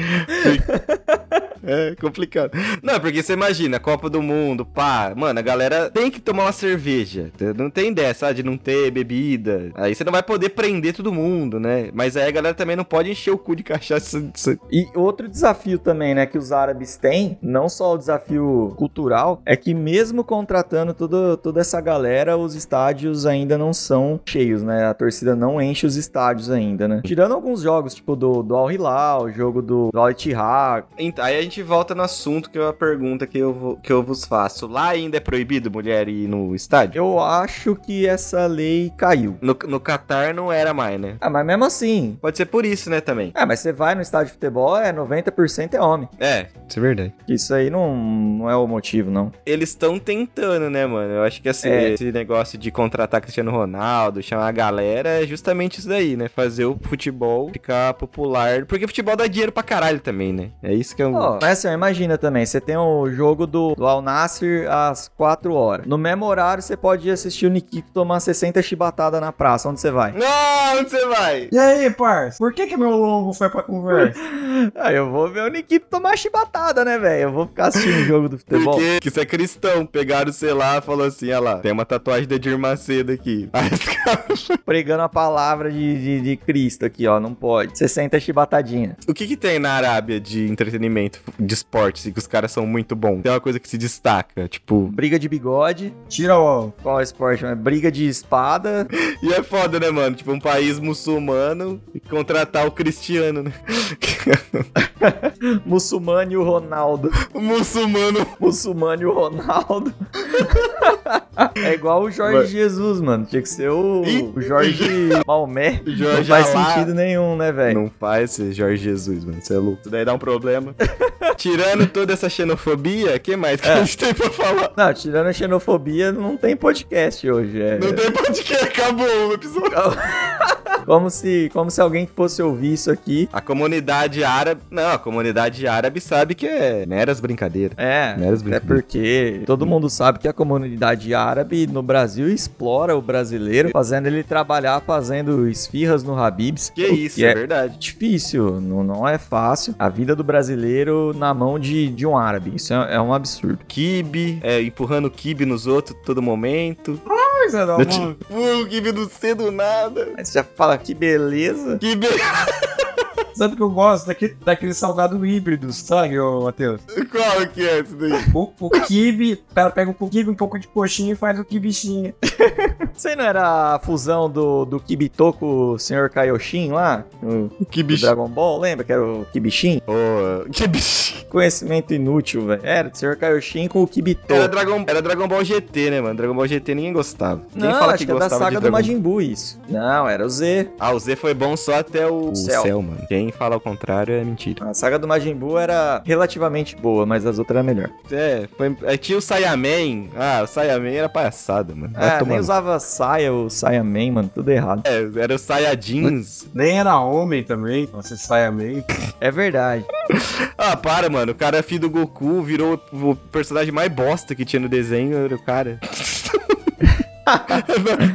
E: é complicado. Não, porque você imagina, Copa do Mundo, pá. Mano, a galera tem que tomar uma cerveja. Não tem dessa, ah, de não ter bebida. Aí você não vai poder prender todo mundo, né? Mas aí a galera também não pode encher o cu de cachaça. Isso-
C: E outro desafio também, né, que os árabes têm, não só o desafio cultural, é que mesmo contratando todo, toda essa galera, os estádios ainda não são cheios, né? A torcida não enche os estádios ainda, né? Tirando alguns jogos, tipo do, do Al Hilal, o jogo do, do Al Ittihad.
E: Ent- Aí a gente volta no assunto que é a pergunta que eu, vou- que eu vos faço. Lá ainda é proibido mulher ir no estádio?
C: Eu acho que essa lei caiu.
E: No, no Catar não era mais, né?
C: Ah, mas mesmo assim.
E: Pode ser por isso, né, também.
C: Ah, mas você vai no estádio de futebol, é 90% é homem.
E: É, isso é verdade.
C: Isso aí não, não é o motivo, não.
E: eles estão tentando, né, mano? Eu acho que esse,
C: É.
E: esse negócio de contratar Cristiano Ronaldo, chamar a galera, é justamente isso daí, né? Fazer o futebol ficar popular. Porque futebol dá dinheiro pra caralho também, né? É isso que eu.
C: Ó, mas assim, ó, imagina também, você tem o jogo do, do Al Nassr às 4 horas. No mesmo horário, você pode ir assistir o Nikito tomar 60 chibatadas na praça. Onde você vai?
E: Não, onde você vai?
D: E aí, parça? Por que que meu longo foi pra conversa?
C: Ah, eu vou ver o Nikito tomar chibatada, né, velho? Eu vou ficar assistindo o jogo do futebol.
E: Porque que isso é cristão. Pegaram, sei lá, falou assim: olha lá, tem uma tatuagem da Dir Macedo aqui. (laughs) Aí os caras-
C: Pregando a palavra de, de, de Cristo aqui, ó. Não pode. 60 chibatadinha.
E: o que que tem na Arábia de entretenimento, de esporte, assim, que os caras são muito bons? Tem uma coisa que se destaca, tipo,
C: Briga de bigode.
D: Tira o.
C: (laughs) Qual esporte? né? Briga de espada. (laughs)
E: E é foda, né, mano? Tipo, um país muçulmano e contratar o Cristiano, né? (laughs)
C: Muçulmano e o Ronaldo.
E: O muçulmano.
C: Muçulmano e o Ronaldo. (laughs) É igual o Jorge
E: Mas-
C: Jesus, mano. Tinha que ser o,
E: Ih,
C: o Jorge Maomé.
E: Jorge
C: não faz
E: Alá.
C: sentido nenhum, né, velho?
E: Não faz esse Jorge Jesus, mano. Isso é louco. Isso daí dá um problema. Tirando toda essa xenofobia, o que mais que a gente tem pra falar?
C: Não, tirando a xenofobia, não tem podcast hoje. É...
E: Não tem pra de que acabou o episódio.
C: Como, se, como se alguém fosse ouvir isso aqui.
E: A comunidade árabe. Não, a comunidade árabe sabe que é meras brincadeiras.
C: É,
E: Meras
C: é
E: brincadeiras.
C: porque todo mundo sabe que a comunidade árabe no Brasil explora o brasileiro, fazendo ele trabalhar fazendo esfirras no Habibs.
E: Que isso,
C: E
E: é,
C: é
E: verdade.
C: difícil, não, não é fácil. A vida do brasileiro na mão de, de um árabe. Isso é, é um absurdo.
E: Kibe, é, empurrando o kibe nos outros todo momento.
C: Mas é
E: Eu te- Pô, o kibe do C do nada.
C: Aí você já fala, que beleza. (laughs)
E: Kibe. (laughs)
D: Sabe que eu gosto daquele, daquele salgado híbrido, sabe, ô Matheus?
E: Qual que é isso daí?
D: O, o kibe, o cara pega um kibe, um pouco de coxinha e faz o kibichinha.
C: Isso aí não era a fusão do, do Kibito com o Sr. Kaioshin lá? O
E: O
C: do
E: kibichi.
C: Dragon Ball, lembra que era o Kibishin?
E: Oh, kibichi.
C: Conhecimento inútil, velho. Era do Sr. Kaioshin com o Kibito.
E: Era Dragon, era Dragon Ball GT, né, mano? Dragon Ball GT ninguém gostava. Ninguém
C: Não,
E: fala
C: acho
E: que
C: que é da
E: gostava
C: saga
E: de
C: do
E: Dragon
C: Majin Buu isso. Não, era o Z.
E: Ah, o Z foi bom só até o, o
C: Cell.
E: céu. mano. Quem fala o contrário é mentira.
C: A saga do Majin Buu era relativamente boa, mas as outras eram melhor.
E: É, foi, aí tinha o Saiyaman. Ah, o Saiyaman era palhaçada, mano. Vai
C: Ah,
E: tomar
C: nem
E: no-
C: usava saia ou saia man, mano, tudo errado.
E: É, era o Saiyajins.
D: Nem era homem também, você sai a meio.
C: É verdade.
E: Ah, para, mano. O cara é filho do Goku, virou o o personagem mais bosta que tinha no desenho, era
C: (laughs)
E: o cara. (laughs)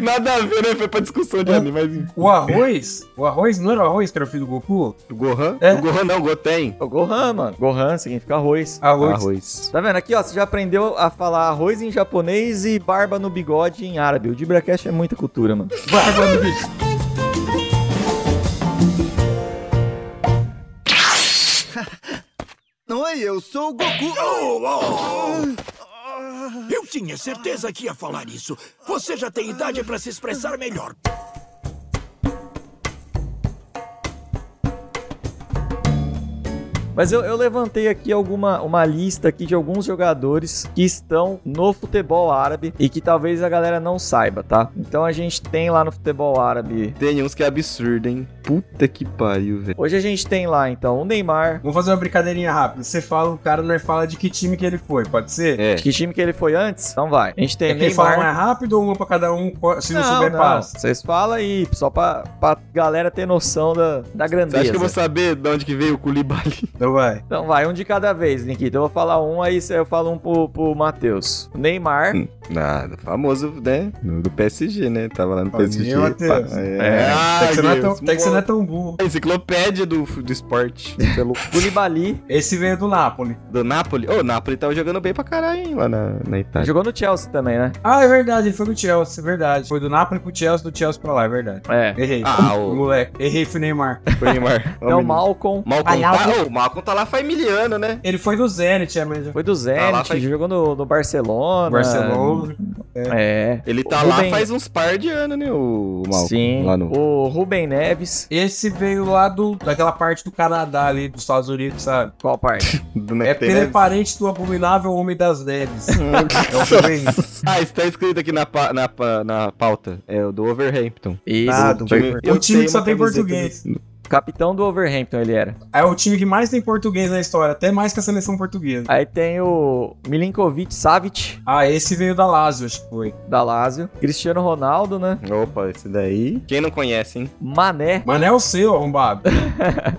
E: Nada a ver, né? Foi pra discussão
C: É.
E: de anime, mas... enfim.
D: O arroz? O arroz não era o arroz que era o filho do Goku?
E: O Gohan?
D: É.
E: O Gohan não, o Goten.
C: O Gohan, mano. Gohan significa arroz.
D: Arroz.
E: Arroz.
C: Tá vendo? Aqui, ó, você já aprendeu a falar arroz em japonês e barba no bigode em árabe. O DibraCast é muita cultura, mano.
D: Barba do bicho.
F: Oi, eu sou o Goku.
I: Eu tinha certeza que ia falar isso. Você já tem idade para se expressar melhor.
C: Mas eu, eu levantei aqui alguma uma lista aqui de alguns jogadores que estão no futebol árabe e que talvez a galera não saiba, tá? Então a gente tem lá no futebol árabe.
E: Tem uns que é absurdo, hein? Puta que pariu, velho.
C: Hoje a gente tem lá então o Neymar.
D: Vamos fazer uma brincadeirinha rápida. Você fala, o cara não é fala de que time que ele foi, pode ser?
E: É.
C: De que time que ele foi antes? Então vai. A gente tem
D: É quem fala
C: Neymar.
D: mais rápido ou uma pra cada um, se não, souber, passa.
C: Vocês falam aí, só pra, pra galera ter noção da, da
E: Você acha
C: grandeza.
E: que eu vou saber de onde que veio o Koulibaly?
D: Então vai.
C: Então vai, um de cada vez, Nikita. Eu vou falar um, aí cê- eu falo um pro, pro Matheus. O Neymar.
E: Nada, famoso, né? No- Do PSG, né? Tava lá no
D: Olha,
E: PSG.
D: meu Deus.
E: pá.
C: É,
E: É, Ah,
D: Até que você não é tão-
E: Deus.
D: até que você não é tão burro.
E: Enciclopédia do, do esporte.
C: Gulibali.
D: Esse veio do Napoli.
E: do Napoli. Ô, o Napoli tava jogando bem pra caralho, hein? Lá na, na Itália.
C: Jogou no Chelsea também, né?
D: Ah, é verdade, ele foi do Chelsea, é verdade. Foi do Napoli pro Chelsea, do Chelsea pra lá, é verdade.
C: É.
D: Errei.
E: Ah, o-
D: Moleque, errei, fui Neymar.
E: Foi Neymar. (laughs)
C: É o Malcolm.
E: Malcom tá, ô, o Malcom tá lá faz mil anos, né?
D: Ele foi do Zenit, é mesmo.
C: Foi do Zenit,
E: lá faz-
C: jogou no, no Barcelona.
D: Barcelona.
C: É.
E: Ele tá
C: O
E: lá
C: Rubem-
E: faz uns par de anos, né, o Malcom?
C: Sim.
E: Lá no...
C: O Rubem Neves.
D: Esse veio lá do, daquela parte do Canadá ali, dos Estados Unidos, sabe?
C: Qual (laughs) parte?
E: do Hum.
D: É porque ele é
E: Neves.
D: parente do abominável Homem das Neves.
E: (laughs)
D: é o Rubem.
E: Ah, isso tá escrito aqui na, pa- na, pa- na pauta. É o do Overhampton.
C: Isso.
D: Ah,
E: do
C: time-
E: Overhampton.
D: É o time
E: Eu
D: que só
E: tenho
D: tem
E: uma camiseta
D: português.
C: Capitão do Overhampton ele era.
D: É o time que mais tem português na história, até mais que a seleção portuguesa.
C: Aí tem o Milinkovic Savic,
D: Ah, esse veio da Lazio, acho que foi.
C: da Lazio. Cristiano Ronaldo, né?
E: Opa, esse daí. Quem não conhece, hein?
C: Mané.
D: Mano, é o seu, arrombado.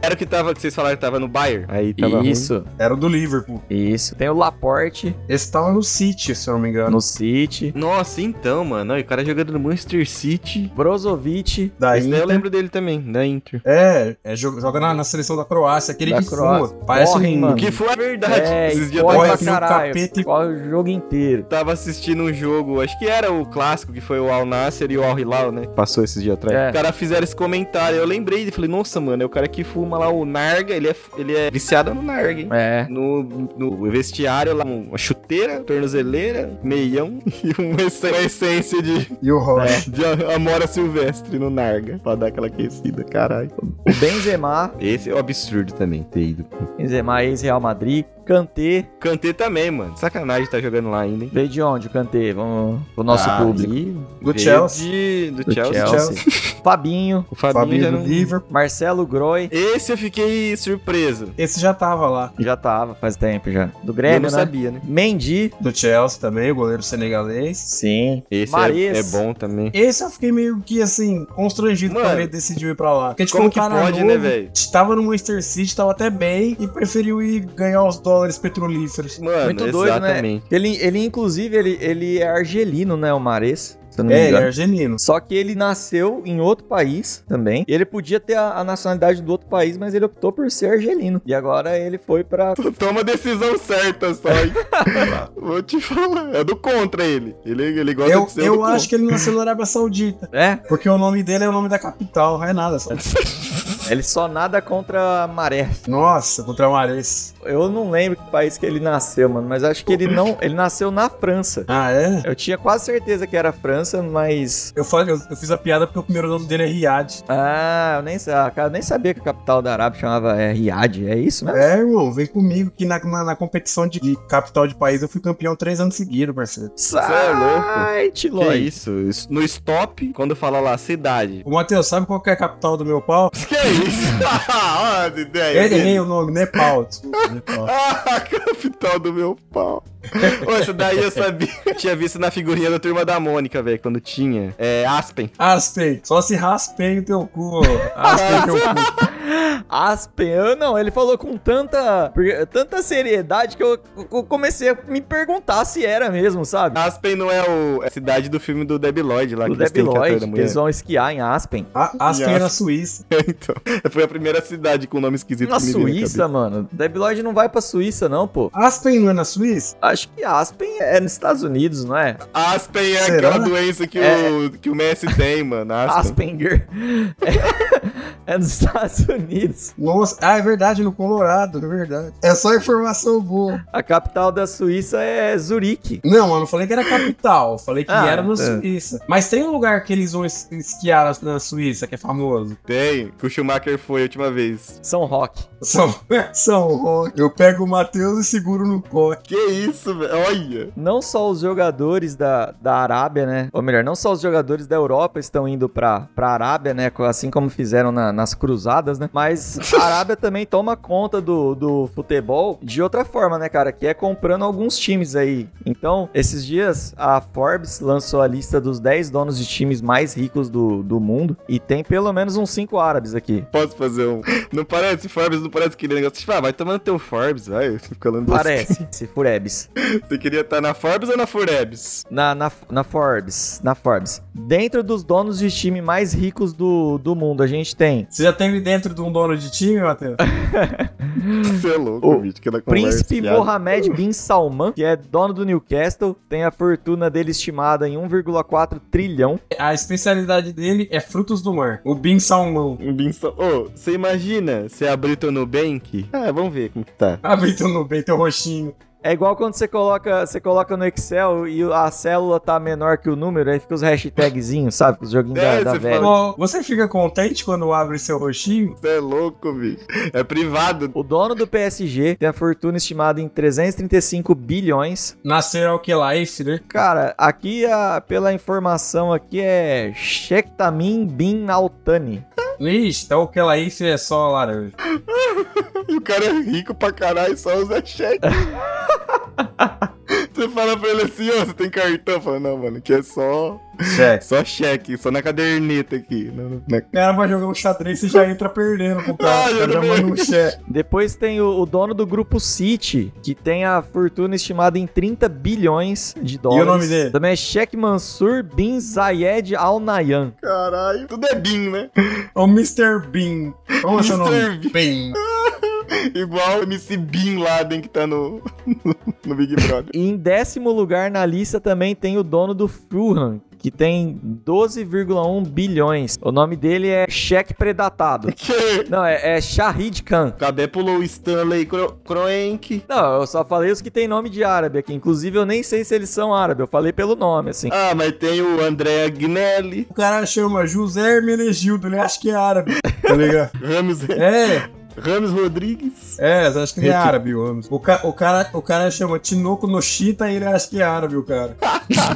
E: Era o que tava, que vocês falaram que tava no Bayern. Aí tava
C: Isso,
D: Era o do Liverpool.
C: isso. Tem o Laporte
D: Esse tava no City, se eu não me engano.
C: no City.
E: ruim. Nossa, então, mano. Olha, o cara jogando no Manchester City.
C: Brozovic.
D: Da
E: Esse daí eu
D: Inter.
E: lembro dele também, da Inter.
D: É, é jo- joga na, na seleção da Croácia, aquele
C: Da
D: que
C: Croácia.
D: fuma. Parece
C: Corre,
D: um
C: mano.
E: O que foi a verdade.
C: É,
E: Esses
C: e
E: dias eu
C: corre
D: Olha
E: tava
C: pra
D: aqui no
C: caralho.
D: capeta e-
C: Corre o jogo inteiro.
E: tava assistindo um jogo, acho que era o clássico, que foi o Al Nasser e o Al Hilal, né? Passou esses dias atrás.
C: É.
E: Os caras fizeram esse comentário, eu lembrei e falei, nossa, mano, é o cara que fuma lá o Narga, ele é, ele é viciado no Narga, hein?
C: É.
E: No, no vestiário lá, um, uma chuteira, tornozeleira, meião e uma ess- uma essência de,
D: E o Rocha.
E: de a- Amora Silvestre no Narga, pra dar aquela aquecida, caralho.
C: O Benzema,
E: Esse é o absurdo também, ter ido. pro-
C: Benzema ex-Real Madrid, Kanté,
E: Kanté também, mano. Sacanagem tá jogando lá ainda, hein?
C: veio de onde o Kanté? Vamos pro nosso público.
E: Ali,
D: Do
E: veio
D: Chelsea.
E: de- do,
C: Do
E: Chelsea.
C: Fabinho,
E: O Fabinho, já
D: Fabinho do
E: não...
D: Liverpool.
C: Marcelo Groi,
E: Esse eu fiquei surpreso.
D: Esse já tava lá.
C: já tava faz tempo já. Do
E: eu
C: Grêmio,
E: não
C: né?
E: sabia, né?
C: Mendy,
D: Do Chelsea também, o goleiro senegalês.
C: sim.
E: Esse
C: Mares.
E: é, é bom também.
D: Esse eu fiquei meio que assim, constrangido
E: Mano,
D: quando ele decidiu ir pra lá. Porque, tipo,
E: como
D: um cara
E: que pode,
D: novo,
E: né, velho?
D: Tava no Manchester City, tava até bem e preferiu ir ganhar os dólares petrolíferos.
E: Mano,
C: Muito doido,
E: exatamente.
C: né? Ele, ele inclusive, ele, ele é argelino, né? O Mares, se eu não me
D: É, ele é
C: engano.
D: argelino.
C: Só que ele nasceu em outro país também. Ele podia ter a, a nacionalidade do outro país, mas ele optou por ser argelino. E agora ele foi pra.
E: Toma a decisão certa só, hein? (laughs) Vou te falar. É do contra ele. Ele, ele gosta
D: Eu,
E: de ser
D: eu acho que ele nasceu na Arábia Saudita,
C: É,
D: porque o nome dele é o nome da capital, é
E: (laughs)
D: nada só.
C: ele só nada contra a maré.
D: Nossa, contra o Mares.
C: Eu não lembro que país que ele nasceu, mano, mas acho que ele não. Ele nasceu na França.
D: Ah, é?
C: Eu tinha quase certeza que era França, mas.
D: Eu, falei, eu, eu fiz a piada porque o primeiro nome dele é Riad.
C: Ah, eu nem, sa- cara, eu nem sabia que a capital da Arábia chamava é, Riad, é isso mesmo?
D: É, irmão, vem comigo que na, na, na competição de de capital de país eu fui campeão três anos seguidos, parceiro.
E: é louco.
C: Sai,
E: Que é
C: Tilói.
E: isso? Isso- No stop, quando fala lá cidade.
D: O Matheus, sabe qual que é a capital do meu pau?
E: (laughs) Que
C: (laughs)
E: isso? (laughs) Ah, Olha as
D: Eu
E: ideias.
D: errei o nome, Nepal. desculpa, Nepal.
E: (laughs) Ah, capital do meu (laughs) pau. Ô, Essa daí eu sabia. (laughs) Eu tinha visto na figurinha da turma da Mônica, velho, quando tinha. É, Aspen.
D: Aspen, só se raspei o teu cu. Aspen teu cu.
C: Aspen, eu não, ele falou com tanta, porque- tanta seriedade que eu, eu comecei a me perguntar se era mesmo, sabe?
E: Aspen não é o, é a cidade do filme do Debbie Lloyd lá,
C: Do
E: Ah, que eles têm
C: Debbie
E: 14 da
C: Lloyd, que
E: manhã.
C: eles vão esquiar em Aspen.
D: A- Aspen é na Suíça.
E: (laughs) Então, foi a primeira cidade com nome esquisito
C: Na
E: que me veio
C: Suíça, mano. Debbie Lloyd não vai pra Suíça, não, pô.
D: Aspen não é na Suíça?
C: Acho que Aspen é nos Estados Unidos, não é?
E: cabeça. Aspen é
D: Será?
E: aquela doença que, o, que o Messi tem, mano. Aspen.
C: Aspenger. (laughs) É, é nos Estados Unidos.
D: Nossa, ah, é verdade, no Colorado, é verdade. É só informação boa.
C: A capital da Suíça é Zurique.
D: Não, eu não falei que era capital, eu falei que
C: Ah,
D: era na
C: é.
D: Suíça. Mas tem um lugar que eles vão es- esquiar na- na Suíça, que é famoso.
E: Tem, que o Schumacher foi a última vez.
C: São Roque.
D: São, (laughs) São Roque. Eu pego o Matheus e seguro no coque.
E: Que isso, velho? Olha.
C: Não só os jogadores da, da Arábia, né? Ou melhor, não só os jogadores da Europa estão indo pra, pra Arábia, né? Co- Assim como fizeram na- nas cruzadas, né? Mas a Arábia também toma conta do, do futebol de outra forma, né, cara? Que é comprando alguns times aí. Então, esses dias a Forbes lançou a lista dos 10 donos de times mais ricos do, do mundo e tem pelo menos uns 5 árabes aqui.
E: Posso fazer um. Não parece Forbes, não parece aquele negócio. Tipo, ah, vai tomando teu Forbes, vai. Você fica falando
C: Parece, se Furebs.
E: besteira. Você queria estar na Forbes ou na
C: (laughs)
E: Furebs?
C: Na, na, na Forbes, na Forbes. Dentro dos donos de time mais ricos do, do mundo, a gente tem
D: Você já teve dentro de um dono de time, Matheus?
E: Você é louco,
C: O
E: bicho. Que na conversa,
C: Príncipe
E: viado.
C: Mohamed Bin Salman, que é dono do Newcastle, tem a fortuna dele estimada em 1,4 trilhão.
D: A especialidade dele é frutos do mar. O Bin Salmão. (laughs)
E: Um Binson. Ô, você imagina você abrir teu Nubank? Ah, vamos ver como que tá.
D: Abre teu Nubank, teu roxinho.
C: É igual quando você coloca, você coloca no Excel e a célula tá menor que o número, aí fica os hashtagzinhos, sabe? Com os joguinhos
E: É,
C: da, da
E: você
C: velha.
D: Ô, Você fica contente quando abre seu roxinho?
E: Você é louco, bicho. É privado.
C: O dono do PSG tem a fortuna estimada em 335 bilhões.
D: Nasceram o que lá, esse, né?
C: Cara, aqui a- pela informação aqui é Shektamin Bin Altani.
D: Ixi, então o que lá, esse é só laranja.
E: E o cara é rico pra caralho, só usa cheque. Você fala pra ele assim, ó, você tem cartão? Fala, não, mano, que é só,
D: Certo.
E: só cheque, só na caderneta aqui. né? Na, na-
D: O cara vai jogar um xadrez e já entra perdendo com o cara.
E: (laughs) Ah,
D: O cara
E: eu
D: já
E: também.
D: manda um cheque.
C: Depois tem o, o dono do grupo City, que tem a fortuna estimada em 30 bilhões de dólares.
D: nome dele?
C: Também é Sheikh Mansur bin Zayed Al Nahyan.
E: Caralho, tudo é BIM, né?
D: O Mr. Bean. Como é seu
E: Mr.
D: nome?
E: Bean.
D: Bean.
E: Igual o MC Bin Laden que tá no, (laughs) no, no Big Brother.
C: E em décimo lugar na lista também tem o dono do Fulham, que tem 12,1 bilhões. O nome dele é Cheque
D: (laughs)
C: Predatado.
E: Que?
C: Não, é, é Shahid Khan.
E: Cadê pulou o Stanley Cro- Kroenke?
C: Não, eu só falei os que tem nome de árabe aqui. Inclusive, eu nem sei se eles são árabe. Eu falei pelo nome, assim.
E: Ah, mas tem o André Agnelli,
D: O cara chama José Hermenegildo, ele acha que é árabe. Tá
E: (laughs)
D: ligado?
E: Rames,
D: É,
E: Rames Rodrigues.
D: é, eles acham que ele é árabe, o homem. O, ca- o cara, o cara chama Tinoco Noshita e ele acha que é árabe, o cara.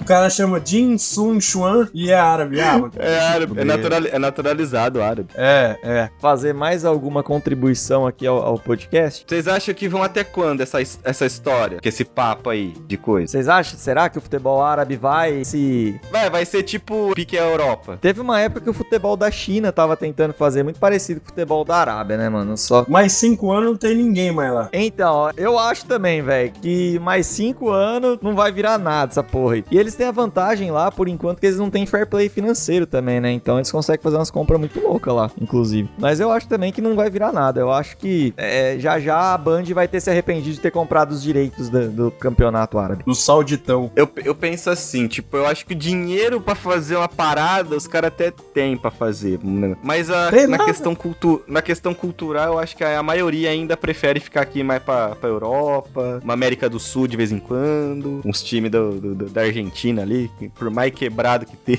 D: O cara chama Jin Sun Chuan e é árabe. Ah, mano.
E: É árabe, é, natural, é naturalizado árabe.
D: É, é.
C: Fazer mais alguma contribuição aqui ao, ao podcast?
E: Vocês acham que vão até quando essa, his- essa história? Com esse papo aí de coisa?
C: Vocês acham? Será que o futebol árabe vai se
E: Vai, vai ser tipo pique a Europa.
C: Teve uma época que o futebol da China tava tentando fazer muito parecido com o futebol da Arábia, né, mano? Só.
D: Mais cinco anos não tem ninguém mais lá.
C: Então, ó, eu acho também, velho, que mais cinco anos não vai virar nada essa porra aí. E eles têm a vantagem lá, por enquanto, que eles não têm fair play financeiro também, né? Então eles conseguem fazer umas compras muito loucas lá, inclusive. Mas eu acho também que não vai virar nada. Eu acho que é, já já a Band vai ter se arrependido de ter comprado os direitos da- do campeonato
D: (laughs)
C: árabe.
D: No sauditão.
E: Eu, eu penso assim, tipo, eu acho que o dinheiro pra fazer uma parada, os caras até tem pra fazer, né? mas a-
D: Tem
E: na,
D: nada.
E: questão cultu na questão cultural, eu acho que a, a maioria ainda prefere ficar aqui mais pra, pra Europa, uma América do Sul de vez em quando, uns times do- do- do- da Argentina ali, que por mais quebrado que (laughs) tem.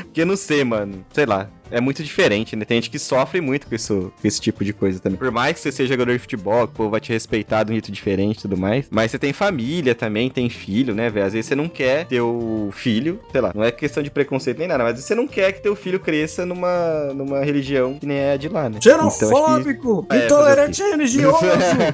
E: Porque eu não sei, mano, sei lá. É muito diferente, né? Tem gente que sofre muito com, isso, com esse tipo de coisa também. Por mais que você seja jogador de futebol, que o povo vai te respeitar de um jeito diferente e tudo mais. Mas você tem família também, tem filho, né, velho? Às vezes você não quer teu filho, sei lá, não é questão de preconceito nem nada, mas às vezes você não quer que teu filho cresça numa, numa religião que nem é a de lá, né? Então, acho que-
D: Xenofóbico!
E: É,
D: intolerante
E: (laughs)
D: religioso!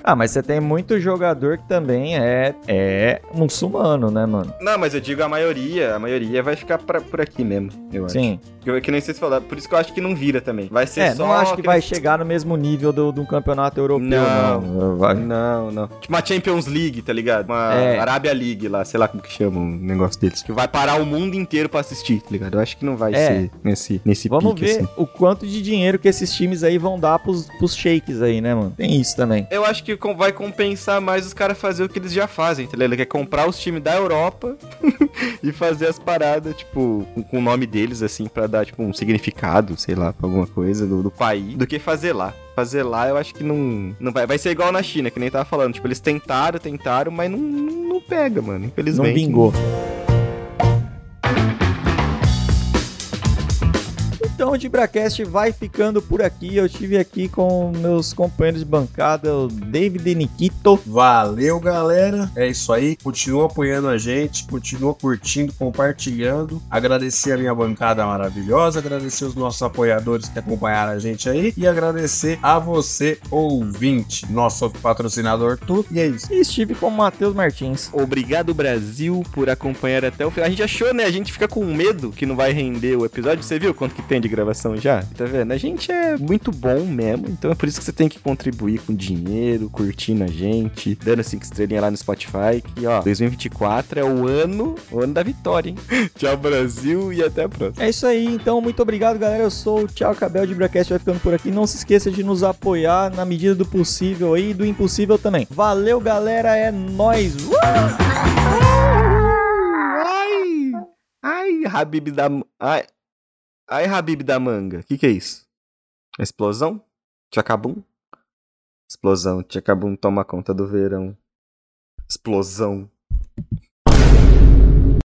C: Ah, mas você tem muito jogador que também é, é muçulmano, né, mano?
E: Não, mas eu digo a maioria, a maioria vai ficar pra, por aqui mesmo, eu acho.
C: Sim.
E: Que, eu- que nem sei se falar, por isso que eu acho que não vira também. Vai ser
C: É,
E: só
C: não acho que
E: aquele-
C: vai chegar no mesmo nível do, do campeonato europeu, não. Vai-
E: Não, não. Tipo uma Champions League, tá ligado? Uma
C: É.
E: Arábia League lá, sei lá como que chama o negócio deles. Que vai parar o mundo inteiro pra assistir, tá ligado? Eu acho que não vai
C: É.
E: ser nesse, nesse
C: Vamos
E: pique,
C: ver
E: assim.
C: o quanto de dinheiro que esses times aí vão dar pros, pros shakes aí, né, mano? Tem isso também.
E: Eu acho que com- vai compensar mais os caras fazer o que eles já fazem, tá ligado? Que é comprar os times da Europa (laughs) e fazer as paradas, tipo, com, com o nome deles, assim, pra dar, tipo, um significado, sei lá, pra alguma coisa do, do país, do que fazer lá. Fazer lá, eu acho que não, não vai. Vai ser igual na China, que nem tava falando. Tipo, eles tentaram, tentaram, mas não, não não pega, mano.
C: Não
E: Infelizmente.
C: vingou. Então o DibraCast vai ficando por aqui. Eu tive aqui com meus companheiros de bancada, o David e Nikito.
D: Valeu, galera. É isso aí. Continua apoiando a gente, continua curtindo, compartilhando. Agradecer a minha bancada maravilhosa, agradecer os nossos apoiadores que acompanharam a gente aí e agradecer a você, ouvinte, nosso patrocinador tudo. E é isso.
C: E estive com o Matheus Martins.
E: Obrigado, Brasil, por acompanhar até o final. A gente achou, né? A gente fica com medo que não vai render o episódio. Você viu quanto que tem de gravação já? Tá vendo? A gente é muito bom mesmo. Então é por isso que você tem que contribuir com dinheiro, curtindo a gente, dando cinco estrelinhas lá no Spotify. Que, ó, 2024 é o ano, o ano da vitória, hein? (laughs) Tchau, Brasil, e até a próxima.
C: É isso aí, então muito obrigado, galera. Eu sou o Thiago Cabel de Bracast, vai ficando por aqui. Não se esqueça de nos apoiar na medida do possível aí e do impossível também. Valeu, galera, é nóis! Uh!
E: Ai! Ai, Habib da. Ai, ai Habib da manga. O que, que é isso? É Explosão? Tchacabum? Explosão. Tchacabum toma conta do verão. Explosão.